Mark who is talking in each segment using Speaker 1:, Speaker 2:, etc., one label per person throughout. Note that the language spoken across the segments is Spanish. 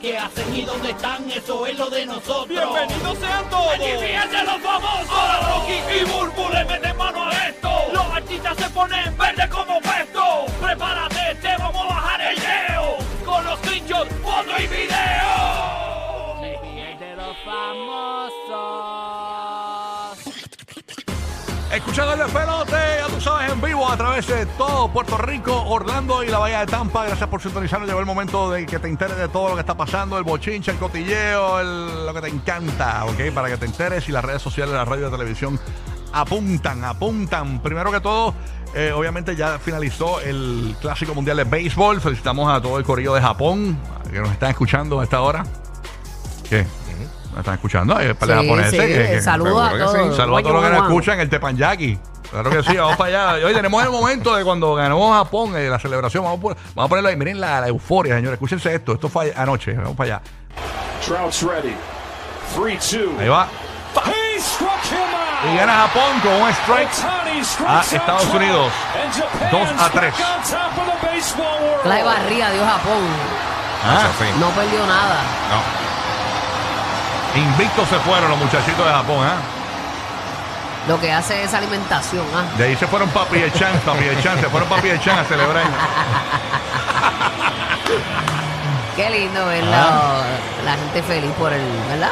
Speaker 1: ¿Qué hacen y dónde están? Eso es lo de nosotros.
Speaker 2: ¡Bienvenidos sean todos!
Speaker 1: ¡Aquí fíjense los famosos!
Speaker 2: Ahora Rocky y Burbu le meten mano a esto.
Speaker 1: Los artistas se ponen verde como puesto. Prepárate, te vamos a bajar el leo. Con los pinchos, foto y video. de los famosos.
Speaker 2: Escuchando el despelote, ya tú sabes, en vivo a través de todo Puerto Rico, Orlando y la Bahía de Tampa. Gracias por sintonizarnos. Llegó el momento de que te enteres de todo lo que está pasando, el bochinche, el cotilleo, el- lo que te encanta, ¿ok? Para que te enteres y las redes sociales, la radio y la televisión apuntan, apuntan. Primero que todo, eh, obviamente ya finalizó el Clásico Mundial de Béisbol. Felicitamos a todo el corillo de Japón que nos están escuchando a esta hora. ¿Qué? ¿Nos están escuchando? Eh, Hay un par de
Speaker 3: Sí,
Speaker 2: japoneses
Speaker 3: sí,
Speaker 2: que- que-
Speaker 3: saludos a
Speaker 2: seguro que sí.
Speaker 3: todos.
Speaker 2: Saludos a todos los que
Speaker 3: Guayu,
Speaker 2: nos
Speaker 3: guau.
Speaker 2: escuchan, el Tepanyaki. Claro que sí, vamos para allá. Hoy tenemos el momento de cuando ganó Japón, eh, la celebración. Vamos, por- vamos a ponerlo ahí. Miren la, la euforia, señores. Escúchense esto. Esto fue anoche. Vamos para allá.
Speaker 4: Trout's ready. 3 2.
Speaker 2: Ahí va.
Speaker 4: He struck him
Speaker 2: Y
Speaker 4: out.
Speaker 2: gana Japón con un strike.
Speaker 4: Ohtani
Speaker 2: a
Speaker 4: strikes out
Speaker 2: Estados
Speaker 4: Trout,
Speaker 2: Unidos.
Speaker 4: and Japan's
Speaker 2: Dos a
Speaker 4: back
Speaker 2: tres.
Speaker 4: on top of the baseball world.
Speaker 3: La de barría dio Japón.
Speaker 2: Ah,
Speaker 3: No perdió nada.
Speaker 2: Invictos se fueron los muchachitos de Japón. ¿eh?
Speaker 3: Lo que hace es alimentación. ah.
Speaker 2: De ahí se fueron Papi y el Chan. Papi y el Chan. Se fueron Papi y el Chan a celebrar.
Speaker 3: Qué lindo ver
Speaker 2: Ah.
Speaker 3: la, la gente feliz por el, ¿verdad?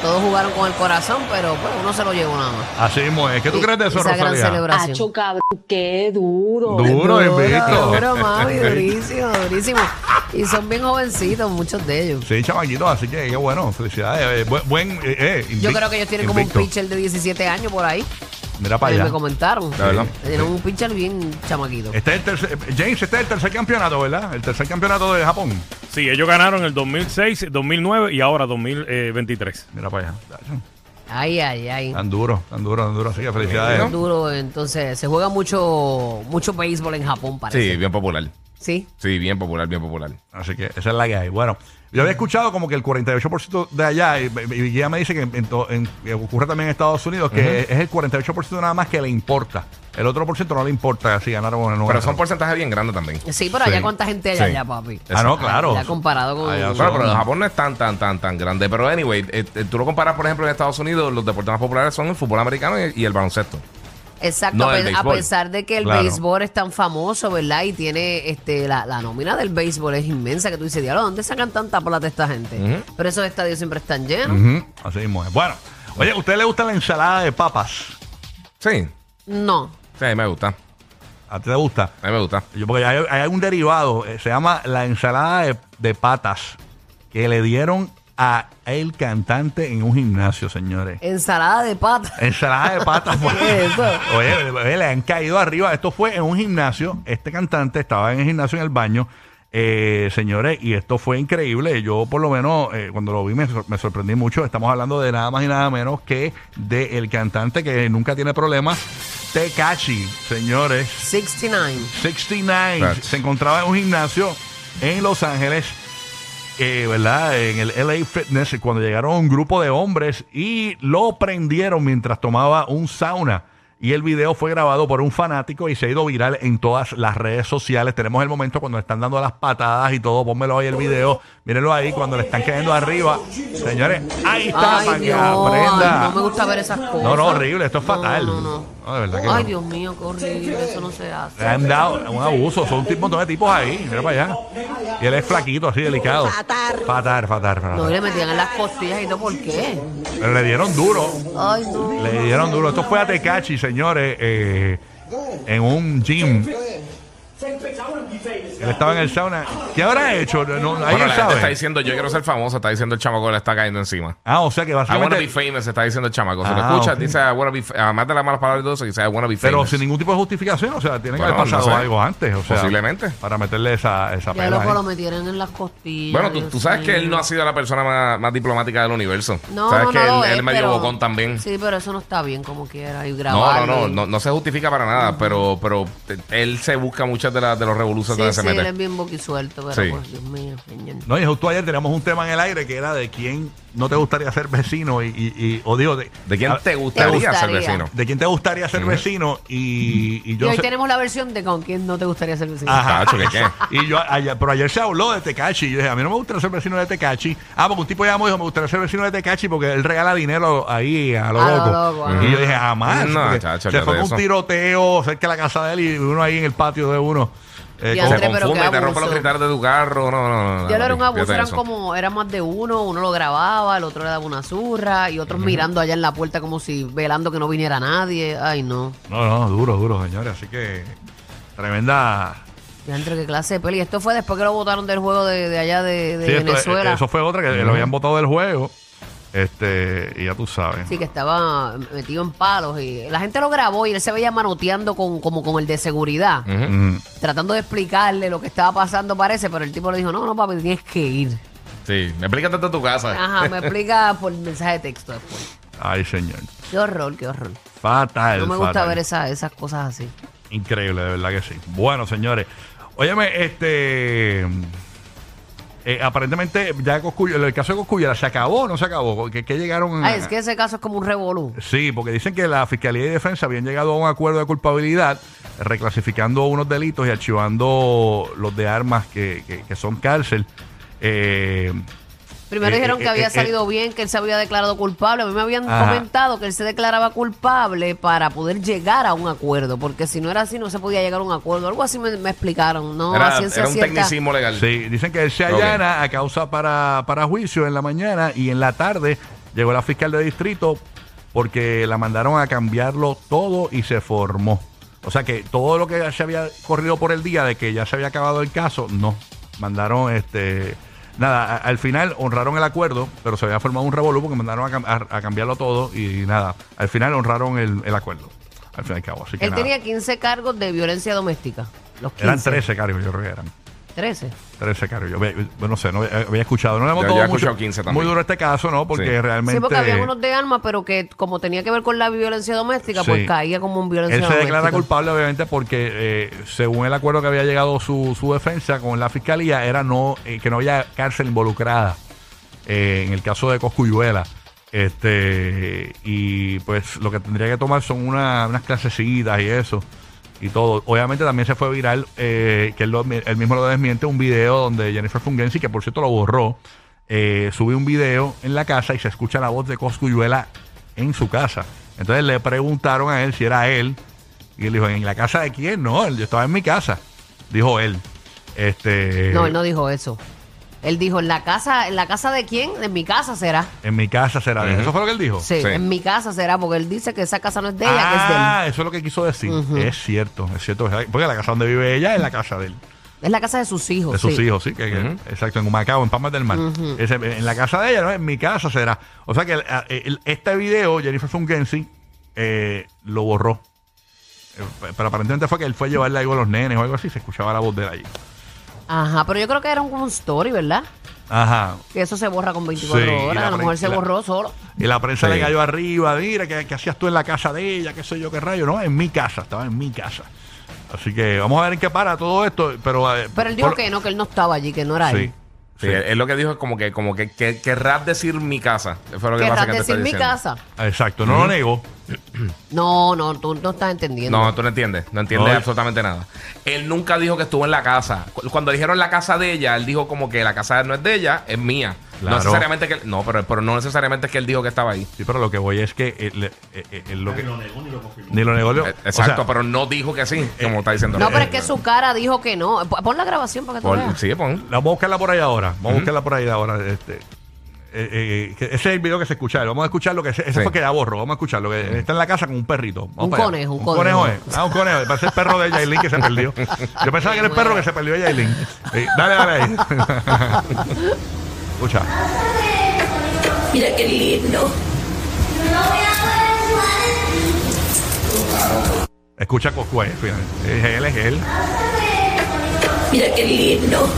Speaker 3: Todos jugaron con el corazón, pero pues, uno se lo llevó nada más.
Speaker 2: Así mismo es. ¿Qué tú
Speaker 3: Y-
Speaker 2: crees de eso,
Speaker 3: esa gran
Speaker 2: Rosalía?
Speaker 3: celebración.
Speaker 5: Acho, cabrón, qué duro.
Speaker 2: Duro, invicto.
Speaker 3: Duro, mami, durísimo, durísimo. Y son bien jovencitos, muchos de ellos.
Speaker 2: Sí, chamaquitos. Así que qué bueno. Felicidades. Eh, buen, buen, eh, eh,
Speaker 3: Yo
Speaker 2: invic-
Speaker 3: creo que ellos tienen como un
Speaker 2: invicto.
Speaker 3: pitcher de 17 años por ahí.
Speaker 2: Mira para
Speaker 3: Ahí
Speaker 2: allá.
Speaker 3: me comentaron.
Speaker 2: La verdad.
Speaker 3: Tienen un pitcher bien chamaquito.
Speaker 2: Este es el tercer, eh, James, este es el tercer campeonato, ¿verdad? El tercer campeonato de Japón.
Speaker 6: Sí, ellos ganaron el 2006, 2009 y ahora eh, 2023.
Speaker 2: Mira para allá.
Speaker 3: Ay, ay, ay.
Speaker 2: Tan duro, tan duro, tan duro. Así que felicidades.
Speaker 3: Duro, entonces se juega mucho mucho béisbol en Japón,
Speaker 7: Sí,
Speaker 3: parece.
Speaker 7: bien popular.
Speaker 3: Sí.
Speaker 7: Sí, bien popular, bien popular.
Speaker 2: Así que esa es la que hay. Bueno, yo había escuchado como que el 48% de allá, y, y- y ya me dice que, en to- en- que ocurre también en Estados Unidos, que es el 48% nada más que le importa. El otro por ciento no le importa si ganaron o no
Speaker 7: Pero son
Speaker 2: ganaron.
Speaker 7: porcentajes bien grandes también.
Speaker 3: Sí, pero allá
Speaker 7: Sí.
Speaker 3: cuánta gente hay allá,
Speaker 7: Sí.
Speaker 3: papi.
Speaker 2: Ah, no, claro.
Speaker 3: Ya comparado con...
Speaker 2: Allá
Speaker 7: Bueno, pero Japón no es tan, tan, tan, tan grande. Pero anyway, eh, eh, tú lo comparas, por ejemplo, en Estados Unidos, los deportes más populares son el fútbol americano y, y el baloncesto.
Speaker 3: Exacto,
Speaker 7: no
Speaker 3: a
Speaker 7: del
Speaker 3: pe- a
Speaker 7: béisbol.
Speaker 3: pesar de que el
Speaker 2: Claro.
Speaker 3: béisbol es tan famoso, ¿verdad? Y tiene este la, la nómina del béisbol es inmensa, que tú dices, diablo, ¿dónde sacan tanta plata esta gente? Pero esos estadios siempre están llenos.
Speaker 2: Ujú, Así mismo es. Bueno, oye, ¿a usted le gusta la ensalada de papas?
Speaker 7: Sí,
Speaker 3: No.
Speaker 7: sí, me gusta.
Speaker 2: ¿A ti te gusta?
Speaker 7: A mí me gusta.
Speaker 2: Yo, porque hay, hay un derivado, eh, se llama la ensalada de, de patas, que le dieron a el cantante en un gimnasio, señores.
Speaker 3: Ensalada de pata.
Speaker 2: Ensalada de patas. fue-
Speaker 3: ¿Qué es eso?
Speaker 2: Oye, oye, le han caído arriba. Esto fue en un gimnasio. Este cantante estaba en el gimnasio en el baño. Eh, señores, y esto fue increíble. Yo, por lo menos, eh, cuando lo vi, me, sor- me sorprendí mucho. Estamos hablando de nada más y nada menos que del cantante que nunca tiene problemas, Tekashi, señores.
Speaker 3: 69.
Speaker 2: 69
Speaker 7: Right.
Speaker 2: se encontraba en un gimnasio en Los Ángeles, eh, ¿verdad? En el LA Fitness, cuando llegaron un grupo de hombres y lo prendieron mientras tomaba un sauna. Y el video fue grabado por un fanático y se ha ido viral en todas las redes sociales. Tenemos el momento cuando le están dando las patadas y todo. Pónmelo ahí el video. Mírenlo ahí cuando le están cayendo arriba. Señores, ahí está
Speaker 3: Ay,
Speaker 2: para que
Speaker 3: Dios,
Speaker 2: aprenda.
Speaker 3: ay, no me gusta ver esas cosas.
Speaker 2: No, no, horrible. Esto es
Speaker 3: No,
Speaker 2: fatal.
Speaker 3: no, no.
Speaker 2: No, de verdad que
Speaker 3: Ay,
Speaker 2: no.
Speaker 3: Dios mío, qué horrible, eso no se hace.
Speaker 2: Le han dado un abuso, son un tipo- montón de tipos ahí, mira para allá. Y él es flaquito, así delicado. Fatar. Fatar, fatar,
Speaker 3: No, y le metían en las costillas y todo, ¿por qué?
Speaker 2: Pero le dieron duro,
Speaker 3: Ay, no.
Speaker 2: le dieron duro. Esto fue a Tecachi, señores, eh, en un gym. Él estaba en el sauna. ¿Qué habrá hecho? No, no,
Speaker 7: Bueno,
Speaker 2: ¿Alguien
Speaker 7: la gente está
Speaker 2: sabe?
Speaker 7: diciendo yo quiero ser famoso, está diciendo el chamaco que le está cayendo encima.
Speaker 2: Ah, o sea que
Speaker 7: I wanna be
Speaker 2: básicamente...
Speaker 7: famous, está diciendo el chamaco. Se lo
Speaker 2: Ah,
Speaker 7: escucha,
Speaker 2: ok.
Speaker 7: dice I wanna be, fa- además de las malas palabras y todo eso, dice I wanna be
Speaker 2: Pero
Speaker 7: famous.
Speaker 2: sin ningún tipo de justificación, o sea, tiene que
Speaker 7: Bueno,
Speaker 2: haber pasado
Speaker 7: no sé.
Speaker 2: algo antes, o sea,
Speaker 7: Posiblemente.
Speaker 2: Para meterle esa, esa
Speaker 3: Ya loco
Speaker 2: pela.
Speaker 3: lo
Speaker 2: ahí.
Speaker 3: metieron en las costillas.
Speaker 7: Bueno, tú,
Speaker 3: Dios
Speaker 7: tú sabes que él no
Speaker 3: mío.
Speaker 7: ha sido la persona más, más diplomática del universo.
Speaker 3: No,
Speaker 7: sabes
Speaker 3: no,
Speaker 7: que
Speaker 3: no
Speaker 7: él,
Speaker 3: lo
Speaker 7: él
Speaker 3: es,
Speaker 7: medio
Speaker 3: pero-
Speaker 7: bocón también.
Speaker 3: Sí, pero eso no está bien como quiera. Y
Speaker 7: No, no,
Speaker 3: grabarlo.
Speaker 7: no,
Speaker 3: y-
Speaker 7: no, no se justifica para nada, pero, pero te- él se busca muchas de, las de los revoluciones
Speaker 3: Sí,
Speaker 7: donde
Speaker 3: sí,
Speaker 7: se
Speaker 3: él
Speaker 7: mete.
Speaker 3: es bien boquisuelto, pero
Speaker 7: Sí.
Speaker 3: pues, Dios mío, señor.
Speaker 2: No, y justo ayer teníamos un tema en el aire que era de quién no te gustaría ser vecino y, y- y- o digo, de,
Speaker 7: ¿De quién
Speaker 2: a-
Speaker 7: te gustaría, ser
Speaker 3: gustaría?
Speaker 7: vecino?
Speaker 2: de quién te gustaría ser vecino y, y
Speaker 3: Y
Speaker 2: yo
Speaker 3: hoy
Speaker 2: sé-
Speaker 3: tenemos la versión de con quién no te gustaría ser vecino.
Speaker 2: Ajá.
Speaker 7: Tacho, ¿qué qué?
Speaker 2: Y yo, ayer- pero ayer se habló de Tecachi. Yo dije, a mí no me gustaría ser vecino de Tecachi. Ah, porque un tipo llamó y dijo, me gustaría ser vecino de Tecachi porque él regala dinero ahí a lo
Speaker 3: A lo
Speaker 2: loco.
Speaker 3: loco, ajá.
Speaker 2: Y yo dije, jamás.
Speaker 7: No,
Speaker 2: porque
Speaker 7: chacho,
Speaker 2: se
Speaker 7: olvídate
Speaker 2: fue
Speaker 7: de
Speaker 2: con
Speaker 7: eso.
Speaker 2: un tiroteo cerca de la casa de él y uno ahí en el patio de uno. eh,
Speaker 3: Y
Speaker 2: con-
Speaker 7: Se
Speaker 3: André, pero
Speaker 7: confunde
Speaker 3: qué
Speaker 7: y te rompe los
Speaker 3: abuso.
Speaker 7: cristales de tu carro. No, no, no.
Speaker 3: Ya lo era un
Speaker 7: fíjate
Speaker 3: abuso, eran
Speaker 7: eso.
Speaker 3: como, era más de uno, uno lo grababa, el otro le daba una zurra y otros mirando allá en la puerta como si velando que no viniera nadie. Ay, no.
Speaker 2: No, no, duro, duro, señores. Así que tremenda.
Speaker 3: Ya entre qué clase de peli. Esto fue después que lo votaron del juego de, de allá de, de
Speaker 2: Sí, esto-
Speaker 3: Venezuela.
Speaker 2: eh, eso fue otra que lo habían votado del juego. Este, y ya tú sabes.
Speaker 3: Sí, que estaba metido en palos y la gente lo grabó y él se veía manoteando con, como con el de seguridad,
Speaker 2: Mm.
Speaker 3: tratando de explicarle lo que estaba pasando parece, pero el tipo le dijo, no, no, papi, tienes que ir.
Speaker 7: Sí, me explícate hasta tu casa.
Speaker 3: Ajá, me explica por mensaje de texto después.
Speaker 2: Ay, señor.
Speaker 3: Qué horror, qué horror.
Speaker 2: Fatal.
Speaker 3: No me gusta
Speaker 2: fatal.
Speaker 3: ver esa- esas cosas así.
Speaker 2: Increíble, de verdad que sí. Bueno, señores. Óyeme, este. eh, aparentemente, ya Coscuyo- el caso de Coscullera se acabó, o no se acabó. ¿Qué, qué llegaron? a-
Speaker 3: Ah, es que ese caso es como un revolú.
Speaker 2: Sí, porque dicen que la Fiscalía y Defensa habían llegado a un acuerdo de culpabilidad, reclasificando unos delitos y archivando los de armas que, que- que son cárcel. Eh,
Speaker 3: Primero
Speaker 2: Eh,
Speaker 3: dijeron
Speaker 2: eh,
Speaker 3: que había
Speaker 2: eh,
Speaker 3: salido bien, que él se había declarado culpable. A mí me habían
Speaker 2: Ajá.
Speaker 3: comentado que él se declaraba culpable para poder llegar a un acuerdo, porque si no era así no se podía llegar a un acuerdo. Algo así me, me explicaron, ¿no? a
Speaker 7: Era,
Speaker 3: ciencia
Speaker 7: era un
Speaker 3: cierta.
Speaker 7: tecnicismo legal.
Speaker 2: Sí, dicen que él se allana a causa para, para juicio en la mañana y en la tarde llegó la fiscal de distrito porque la mandaron a cambiarlo todo y se formó. O sea que todo lo que ya se había corrido por el día de que ya se había acabado el caso, no. Mandaron este. Nada, a- al final honraron el acuerdo, pero se había formado un revolú porque mandaron a, cam- a- a cambiarlo todo y, nada. Al final honraron el, el acuerdo. Al fin y al cabo. Así que
Speaker 3: Él
Speaker 2: nada.
Speaker 3: tenía 15 cargos de violencia doméstica. Los 15.
Speaker 2: Eran 13 cargos, yo creo que eran.
Speaker 3: 13.
Speaker 2: 13 carros. Yo, ve- ve- no sé, no había había escuchado. No le hemos
Speaker 7: Yo- yo
Speaker 2: dado
Speaker 7: he
Speaker 2: mucho-
Speaker 7: escuchado 15 también.
Speaker 2: Muy duro este caso, ¿no? Porque
Speaker 7: Sí.
Speaker 2: realmente.
Speaker 3: Sí, porque había unos de armas, pero que como tenía que ver con la violencia doméstica,
Speaker 2: Sí.
Speaker 3: pues caía como un violencia
Speaker 2: Él se
Speaker 3: doméstica.
Speaker 2: declara culpable, obviamente, porque eh, según el acuerdo que había llegado su, su defensa con la fiscalía, era no eh, que no había cárcel involucrada eh, en el caso de Coscuyuela. Este, y pues lo que tendría que tomar son una- unas clasecitas y eso. Y todo. Obviamente también se fue viral, eh, que él, lo- él mismo lo desmiente, un video donde Jennifer Fungensi, que por cierto lo borró, eh, sube un video en la casa y se escucha la voz de Coscuyuela en su casa. Entonces le preguntaron a él si era él. Y él dijo, ¿en la casa de quién? No, él- yo estaba en mi casa. Dijo él. Este,
Speaker 3: No, él no dijo eso. Él dijo, ¿en la casa en la casa de quién? En mi casa será.
Speaker 2: En mi casa será de él.
Speaker 7: Ujú.
Speaker 2: ¿Eso fue lo que él dijo?
Speaker 3: Sí,
Speaker 7: Sí.
Speaker 3: en mi casa será, porque él dice que esa casa no es de ella, que es de él.
Speaker 2: Ah, eso es lo que quiso decir. Es cierto, es cierto. Porque la casa donde vive ella es la casa de él.
Speaker 3: Es la casa de sus hijos.
Speaker 2: De sus
Speaker 3: Oh, sí.
Speaker 2: hijos, sí. que- que- Exacto, en Humacao, en Palmas del Mar. Ese- en la casa de ella, ¿no? En mi casa será. O sea que el- a- el- este video, Jennifer Fungensi eh, lo borró. Eh, Pero aparentemente fue que él fue a llevarle algo a los nenes o algo así. Se escuchaba la voz de él allí.
Speaker 3: Ajá, pero yo creo que era un, como un story, ¿verdad?
Speaker 2: Ajá.
Speaker 3: Que eso se borra con 24
Speaker 2: Sí,
Speaker 3: horas.
Speaker 2: la
Speaker 3: A lo
Speaker 2: pre-
Speaker 3: mejor se
Speaker 2: la-
Speaker 3: borró solo.
Speaker 2: Y la prensa
Speaker 7: Sí.
Speaker 2: le cayó arriba, mira, ¿qué, qué hacías tú en la casa de ella? ¿Qué sé yo qué rayo? No, en mi casa, estaba en mi casa. Así que vamos a ver en qué para todo esto. Pero, eh,
Speaker 3: Pero él dijo
Speaker 2: por-
Speaker 3: que no, que él no estaba allí, que no era
Speaker 2: Sí.
Speaker 3: él.
Speaker 7: Sí, Él, él lo que dijo es como que, como que, que querrás decir mi casa. Fue lo que
Speaker 3: Querrás
Speaker 7: básicamente está
Speaker 3: decir mi
Speaker 7: diciendo.
Speaker 3: casa.
Speaker 2: Ah, Exacto, no lo negó.
Speaker 3: No, no, tú no estás entendiendo.
Speaker 7: No, tú no entiendes. No entiendes
Speaker 2: No, yo-
Speaker 7: absolutamente nada. Él nunca dijo que estuvo en la casa. Cu- Cuando dijeron la casa de ella, él dijo como que la casa no es de ella, es mía.
Speaker 2: Claro.
Speaker 7: No necesariamente que. No, pero, pero no necesariamente es que él dijo que estaba ahí.
Speaker 2: Sí, pero lo que voy es que él, eh, eh, él lo que. lo negó ni lo negó. Ni lo
Speaker 7: Eh,
Speaker 2: negó.
Speaker 7: Exacto,
Speaker 2: O sea, eh,
Speaker 7: pero no dijo que sí, como está diciendo.
Speaker 3: No, pero es que su cara dijo que no. Pon la grabación para que tú
Speaker 7: eh, Por-
Speaker 3: veas.
Speaker 7: sí, pon.
Speaker 2: la- Vamos a buscarla por ahí ahora. Vamos a buscarla por ahí ahora. Este, eh, que ese es el video que se escucharon. Vamos a escuchar lo que se- ese
Speaker 7: Sí.
Speaker 2: fue que da borro. Vamos a escucharlo. Que está en la casa con un perrito. Vamos
Speaker 3: Un
Speaker 2: para allá.
Speaker 3: conejo, un
Speaker 2: conejo.
Speaker 3: conejo.
Speaker 2: es. Ah, un conejo. Parece el perro de Yailin que se perdió. Yo pensaba que era el perro que se perdió de Yailin. Eh, dale, dale ahí. Escucha.
Speaker 8: Mira qué lindo.
Speaker 2: Escucha a Coscu ahí, finalmente. Es él, es él.
Speaker 8: Mira qué lindo.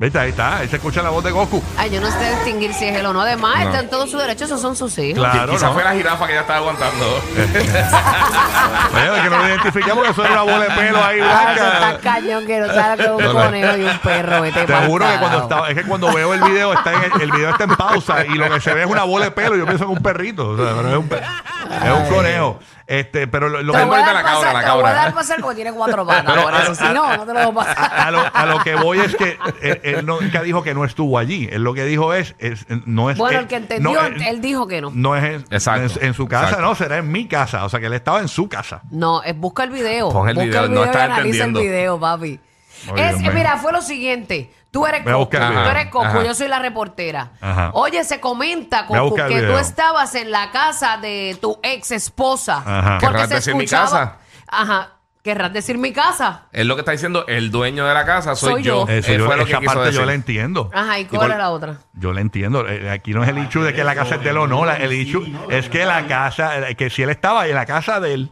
Speaker 2: ¿Viste? Ahí está. Ahí se escucha la voz de Goku.
Speaker 3: Ay, yo no sé distinguir si es él o no. Además,
Speaker 7: No.
Speaker 3: está en todo su derecho, esos son sus hijos.
Speaker 2: Claro,
Speaker 7: Quizás
Speaker 2: ¿no? Eh.
Speaker 7: fue la jirafa que ya estaba aguantando.
Speaker 2: Oye, es que no lo identificamos que eso era una bola de pelo ahí
Speaker 3: Ah, eso está
Speaker 2: blanca.
Speaker 3: cañón que no sabe que un
Speaker 2: No, no.
Speaker 3: conejo y un perro. Vete
Speaker 2: Te
Speaker 3: pa'l
Speaker 2: juro que cuando
Speaker 3: carajo.
Speaker 2: estaba, es que cuando veo el video está en el, el video está en pausa y lo que se ve es una bola de pelo. Yo pienso que es un perrito, o sea, pero es un, per- es un conejo. Este, pero lo, lo
Speaker 3: Te
Speaker 2: que
Speaker 3: lo voy a dar
Speaker 7: Ahorita la
Speaker 3: pasar,
Speaker 7: cabra, la
Speaker 3: te lo voy a
Speaker 7: cabra.
Speaker 3: dar pasar porque tiene cuatro patas.
Speaker 2: Pero
Speaker 3: por
Speaker 2: a-
Speaker 3: eso, si
Speaker 2: a-
Speaker 3: no, no te lo voy a
Speaker 2: a, a
Speaker 3: pasar.
Speaker 2: lo, a lo que voy es que él, él no- nunca dijo que no estuvo allí. Él lo que dijo es, es- no es. eh,
Speaker 3: Bueno, el que entendió,
Speaker 2: no, eh,
Speaker 3: él dijo que no.
Speaker 2: No es en,
Speaker 7: Exacto,
Speaker 2: en- en su casa,
Speaker 7: exacto.
Speaker 2: no, será en mi casa. O sea, que él estaba en su casa.
Speaker 3: No, es busca el video.
Speaker 7: Pon el
Speaker 3: busca
Speaker 7: video, no
Speaker 3: y
Speaker 7: estás
Speaker 3: analiza
Speaker 7: entendiendo.
Speaker 3: el video, papi.
Speaker 2: Ay,
Speaker 3: Es,
Speaker 2: Dios mío.
Speaker 3: mira, fue lo siguiente. Tú eres
Speaker 2: Voy a
Speaker 3: Coco, tú
Speaker 2: buscar el video.
Speaker 3: eres Coco,
Speaker 7: Ajá.
Speaker 3: yo soy la reportera.
Speaker 2: Ajá.
Speaker 3: Oye, se comenta,
Speaker 2: Voy a
Speaker 3: Coco,
Speaker 2: buscar el
Speaker 3: que tú
Speaker 2: video.
Speaker 3: estabas en la casa de tu ex esposa.
Speaker 2: Ajá.
Speaker 3: Porque
Speaker 7: ¿Querrás
Speaker 3: se
Speaker 7: decir mi
Speaker 3: escuchaba-
Speaker 7: casa?
Speaker 3: Ajá. ¿Querrás decir mi casa?
Speaker 7: Es lo que está diciendo el dueño de la casa, soy,
Speaker 3: Soy
Speaker 7: yo.
Speaker 3: yo.
Speaker 2: Eso
Speaker 7: Eh,
Speaker 2: yo,
Speaker 7: fue lo
Speaker 2: esa
Speaker 7: que quiso
Speaker 2: parte yo
Speaker 7: decir.
Speaker 2: la entiendo.
Speaker 3: Ajá, ¿y
Speaker 2: Y
Speaker 3: cuál
Speaker 2: por-
Speaker 3: era la otra?
Speaker 2: Yo la entiendo. Eh, Aquí no es el issue de que la casa es de él o no. la- El issue es que la casa, eh, que si él estaba en la casa de él,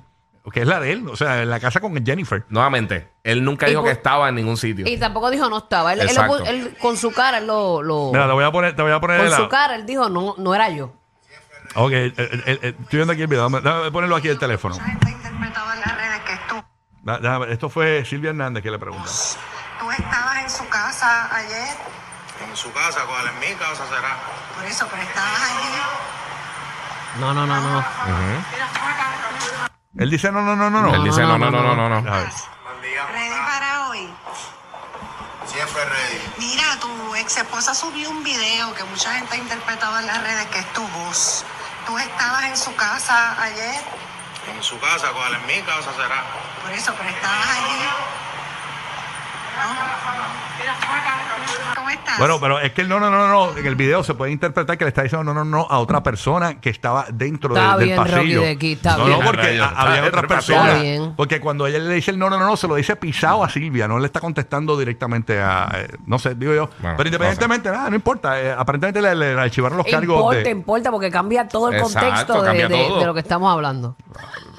Speaker 2: que es la de él, o sea, en la casa con Jennifer.
Speaker 7: Nuevamente, él nunca
Speaker 3: Y
Speaker 7: dijo
Speaker 3: por-
Speaker 7: que estaba en ningún sitio.
Speaker 3: Y tampoco dijo no estaba. Él, él lo
Speaker 7: Exacto.
Speaker 3: pu- él con su cara, él lo. lo-
Speaker 2: Mira, te voy a poner, te voy a poner
Speaker 3: con
Speaker 2: el-
Speaker 3: su cara, él dijo no, no era yo.
Speaker 2: Ok, eh, eh, eh, estoy viendo aquí el video. Dame- Déjame ponerlo aquí el teléfono.
Speaker 9: Fue interpretado en las redes que tú,
Speaker 2: Da- déjame- esto fue Silvia Hernández que le pregunta.
Speaker 9: tú estabas en su casa ayer,
Speaker 10: En su casa, ¿cuál es mi casa será?
Speaker 9: por eso, pero estabas allí.
Speaker 3: No, no, no, no.
Speaker 2: Él dice no, no, no, no, no.
Speaker 7: él dice, no, no, no, no, no. no,
Speaker 2: A ver.
Speaker 10: Buen día.
Speaker 9: Ready para hoy.
Speaker 10: Siempre ready.
Speaker 9: Mira, tu ex esposa subió un video que mucha gente ha interpretado en las redes que es tu voz. Tú estabas en su casa ayer,
Speaker 10: En su casa, ¿cuál es mi casa será?
Speaker 9: por eso, pero estabas allí. ¿No? ¿Cómo
Speaker 3: Ah.
Speaker 9: estás?
Speaker 2: Bueno, pero es que el no, no, no, no, en el video se puede interpretar que le está diciendo no, no, no a otra persona que estaba dentro de-
Speaker 3: Está
Speaker 2: del
Speaker 3: bien,
Speaker 2: pasillo.
Speaker 3: Rocky de aquí, está
Speaker 2: no, no,
Speaker 3: bien.
Speaker 2: porque
Speaker 7: Rayos,
Speaker 2: a-
Speaker 7: está
Speaker 2: había
Speaker 7: bien,
Speaker 2: otras
Speaker 7: está
Speaker 2: personas.
Speaker 3: bien.
Speaker 2: Porque cuando ella le dice el no, no, no, no, se lo dice pisado a Silvia, no le está contestando directamente a, eh, no sé, digo yo.
Speaker 7: Bueno,
Speaker 2: pero independivemente, nada, no importa. eh, aparentemente le, le archivaron los cargos
Speaker 3: Importa,
Speaker 2: de.
Speaker 3: importa, porque cambia todo el
Speaker 7: Exacto,
Speaker 3: contexto de,
Speaker 7: cambia
Speaker 3: de-
Speaker 7: todo.
Speaker 3: de lo que estamos hablando.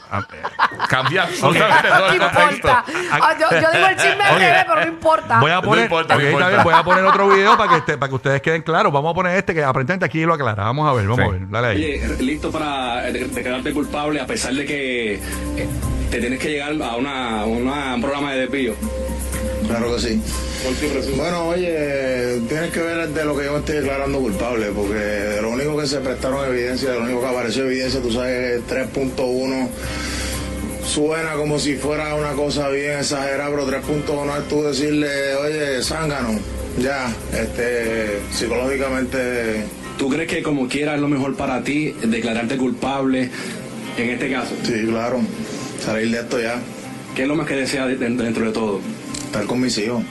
Speaker 2: a-
Speaker 7: Cambia absolutamente todo
Speaker 3: No
Speaker 7: el contexto.
Speaker 3: importa. Ah, yo, yo digo el chisme al
Speaker 2: Ok.
Speaker 3: revés, pero no importa.
Speaker 2: Voy a poner,
Speaker 7: importa, no
Speaker 2: ok, está
Speaker 7: importa.
Speaker 2: bien, voy a poner otro video para que, este- para que ustedes queden claros. Vamos a poner este que aparentemente aquí lo aclara. Vamos a ver, vamos
Speaker 7: Sí.
Speaker 2: a ver. Dale ahí.
Speaker 4: listo para eh, declararte culpable a pesar de que eh, te tienes que llegar a una, un programa de desvío.
Speaker 10: Claro que sí. Bueno, oye, tienes que ver de lo que yo me estoy declarando culpable, porque de lo único que se prestaron evidencia, de lo único que apareció evidencia, tú sabes, que 3.1 suena como si fuera una cosa bien exagerada, pero 3.1 es tú decirle, oye, zángano, ya, este, psicológicamente
Speaker 4: ¿Tú crees que como quiera es lo mejor para ti declararte culpable en este caso?
Speaker 10: Sí, claro. Salir de esto ya.
Speaker 4: ¿Qué es lo más que deseas de- dentro de todo?
Speaker 10: Estar con mis hijos.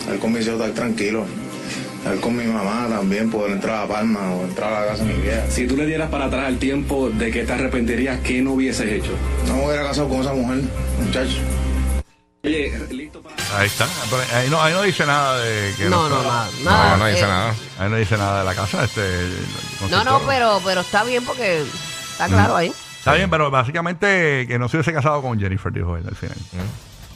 Speaker 10: Estar con mis hijos, estar tranquilo. Estar con mi mamá también, poder entrar a Palma o entrar a la casa de mi vieja.
Speaker 4: Si tú le dieras para atrás el tiempo de que te arrepentirías, ¿qué no hubieses hecho?
Speaker 10: No me hubiera casado con esa mujer, muchacho.
Speaker 4: Oye, listo para...
Speaker 2: Ahí está. Pero Ahí no, ahí no dice nada de que
Speaker 3: No,
Speaker 2: está-
Speaker 3: no, nada. nada,
Speaker 7: No, no dice
Speaker 3: eh,
Speaker 7: nada.
Speaker 2: Ahí no dice nada de la casa. Este,
Speaker 3: No, no, pero, pero está bien porque está claro ahí.
Speaker 2: Está bien, Mm. pero básicamente que no se hubiese casado con Jennifer, dijo él al final.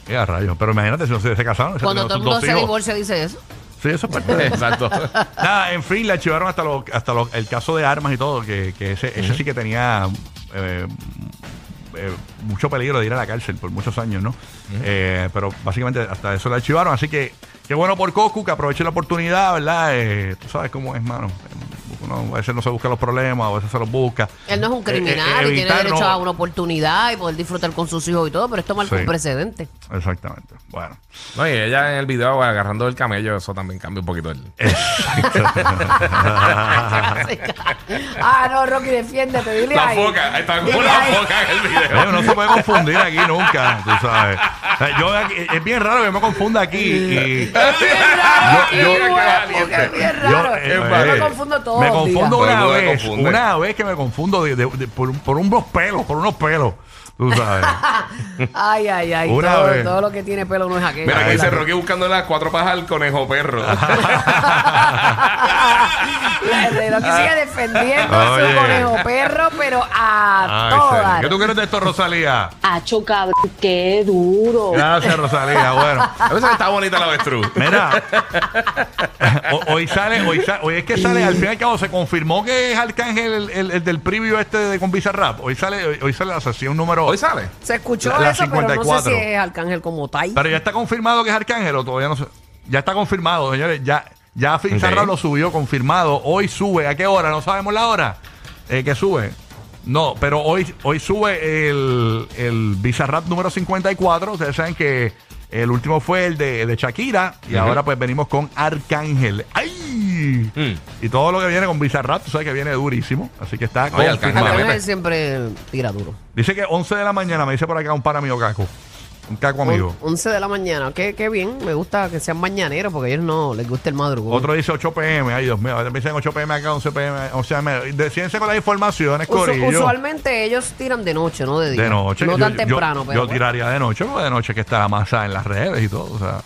Speaker 2: Ya, rayos. Pero imagínate si no se hubiese casado. hubiese
Speaker 3: Cuando todo
Speaker 2: tenido
Speaker 3: el mundo
Speaker 2: sus
Speaker 3: se
Speaker 2: dos hijos.
Speaker 3: divorcia, dice eso.
Speaker 2: Sí, eso es parte de-
Speaker 7: Exacto.
Speaker 2: Nada, en fin, le archivaron hasta, los- hasta los- el caso de armas y todo, que, que ese, ese sí que tenía eh, eh, mucho peligro de ir a la cárcel por muchos años, ¿no? Eh, pero básicamente hasta eso le archivaron, así que qué bueno por Cocu, que aproveche la oportunidad, ¿verdad? Eh, tú sabes cómo es, mano. Uno a veces no se busca los problemas, a veces se los busca.
Speaker 3: Él no es un criminal
Speaker 2: Eh, eh,
Speaker 3: y tiene
Speaker 2: evitar,
Speaker 3: derecho
Speaker 2: no-
Speaker 3: a una oportunidad y poder disfrutar con sus hijos y todo, pero esto marca
Speaker 2: Sí.
Speaker 3: un precedente.
Speaker 2: Exactamente. Bueno.
Speaker 7: No, y ella en el video agarrando el camello, eso también cambia un poquito el.
Speaker 3: ah, no, Rocky, defiéndete, dile
Speaker 7: La
Speaker 3: ahí.
Speaker 7: foca, ahí está como
Speaker 3: Dile
Speaker 7: una
Speaker 3: ahí.
Speaker 7: foca en el video.
Speaker 2: Oye, no se puede confundir aquí nunca, tú sabes. O sea, yo aquí- es bien raro que yo me confunda aquí. y-
Speaker 3: Yo, es bien raro.
Speaker 2: eh,
Speaker 3: Yo
Speaker 2: eh,
Speaker 3: me confundo todos
Speaker 2: Me
Speaker 3: los días.
Speaker 2: confundo
Speaker 7: Todo el
Speaker 2: una
Speaker 7: mundo se
Speaker 2: vez.
Speaker 7: confunde.
Speaker 2: Una vez que me confundo de- de- de- por, un- por unos pelos, por unos pelos. Tú sabes.
Speaker 3: Ay, ay, ay.
Speaker 2: Una
Speaker 3: todo,
Speaker 2: vez.
Speaker 3: todo lo que tiene pelo no es aquello.
Speaker 7: Mira, aquí dice
Speaker 3: ¿verdad?
Speaker 7: Rocky buscando las cuatro pajas al conejo perro.
Speaker 3: La de Rocky sigue defendiendo a
Speaker 2: Oye.
Speaker 3: su conejo perro, pero a
Speaker 2: Ay, serio.
Speaker 3: todas.
Speaker 2: ¿Qué tú quieres de esto, Rosalía?
Speaker 5: Acho, cabrón, qué duro.
Speaker 2: Gracias, Rosalía. Bueno.
Speaker 7: A veces está bonita la avestruz.
Speaker 2: Mira, ho- hoy sale, hoy sa- hoy es que sale, al fin y al cabo se confirmó que es Arcángel el, el- el del preview este de con Rap. Hoy sale, hoy, hoy sale la sesión número
Speaker 7: Hoy sale.
Speaker 3: Se escuchó
Speaker 2: La- la
Speaker 3: eso, pero no sé
Speaker 2: 54.
Speaker 3: si es Arcángel como Tai.
Speaker 2: Pero ya está confirmado que es Arcángel o todavía no sé. Ya está confirmado, señores. Ya, ya Bizarrap
Speaker 7: Ok.
Speaker 2: lo subió, confirmado. Hoy sube. ¿A qué hora? No sabemos la hora eh, que sube. No, pero hoy, hoy sube el, el Bizarrap número 54. Ustedes saben que el último fue el de, de Shakira. Y
Speaker 7: Ujú.
Speaker 2: ahora pues venimos con Arcángel. ¡Ay!
Speaker 7: Mm.
Speaker 2: Y todo lo que viene con Bizarrap, tú sabes que viene durísimo. Así que está
Speaker 7: Oye, Arcángel, pues.
Speaker 2: confirmado.
Speaker 7: vete.
Speaker 3: Arcángel siempre tira duro.
Speaker 2: Dice que 11 de la mañana, me dice por acá un pana mío caco. Un caco amigo.
Speaker 3: On- 11 de la mañana. Qué, qué bien. Me gusta que sean mañaneros porque a ellos no les gusta el madrugón.
Speaker 2: Otro dice 8 pm, ay Dios mío, ahora me dicen 8 pm acá, 11 pm, 11 am. Decídense con las informaciones,
Speaker 3: Usu-
Speaker 2: Corillo.
Speaker 3: usualmente ellos tiran de noche, no de día.
Speaker 2: de noche.
Speaker 3: No
Speaker 2: Yo-
Speaker 3: tan
Speaker 2: yo,
Speaker 3: temprano,
Speaker 2: Yo,
Speaker 3: pero. bueno,
Speaker 2: tiraría de noche, porque de noche que está la masa en las redes y todo. O sea,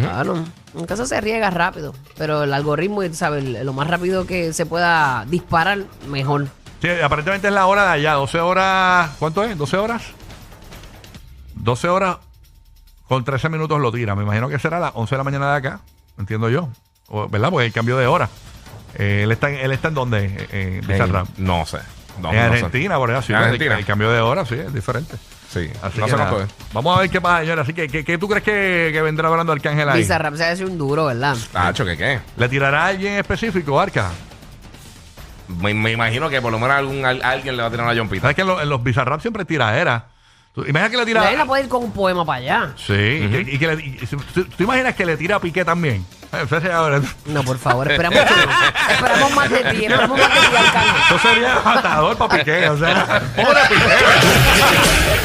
Speaker 3: Claro. En caso se riega rápido. Pero el algoritmo, y, ¿sabes? El- Lo más rápido que se pueda disparar, mejor.
Speaker 2: sí, aparentemente es la hora de allá, 12 horas. ¿Cuánto es? ¿12 horas? 12 horas con 13 minutos lo tira. Me imagino que será a las 11 de la mañana de acá, entiendo yo. O- ¿Verdad? Porque el cambio de hora. Eh, él, está, en- él está en dónde, eh, eh, Bizarrap?
Speaker 7: Eh, No sé. No,
Speaker 2: en
Speaker 7: no sé.
Speaker 2: Argentina, por allá, sí.
Speaker 7: En
Speaker 2: el-
Speaker 7: Argentina.
Speaker 2: El, cambio de hora, sí, es diferente.
Speaker 7: Sí.
Speaker 2: Así
Speaker 7: no eh.
Speaker 2: que
Speaker 7: sé
Speaker 2: nada.
Speaker 7: cuánto es.
Speaker 2: Vamos a ver qué pasa, señor. Así que, ¿qué, qué tú crees que, que vendrá hablando Arcángel ahí?
Speaker 3: Bizarrap se hace un duro, ¿verdad?
Speaker 7: Tacho, ¿qué qué?
Speaker 2: ¿Le tirará a alguien específico, Arca?
Speaker 7: Me, me imagino que por lo menos algún, al- alguien le va a tirar una jompita.
Speaker 2: Sabes que en los, en los Bizarrap siempre tiraera. Tú- Imagina que le tira.
Speaker 3: Nadie la puede ir con un poema para allá.
Speaker 2: Sí, y que- y que le- y- ¿tú, tú- tú imaginas que le tira a Piqué también? Eh, Entonces, ahora-
Speaker 3: No, por favor, esperamos, que- esperamos más de ti, esperamos más de ti, Arcángel.
Speaker 2: Eso sería matador para Piqué. O sea, pobre Piqué.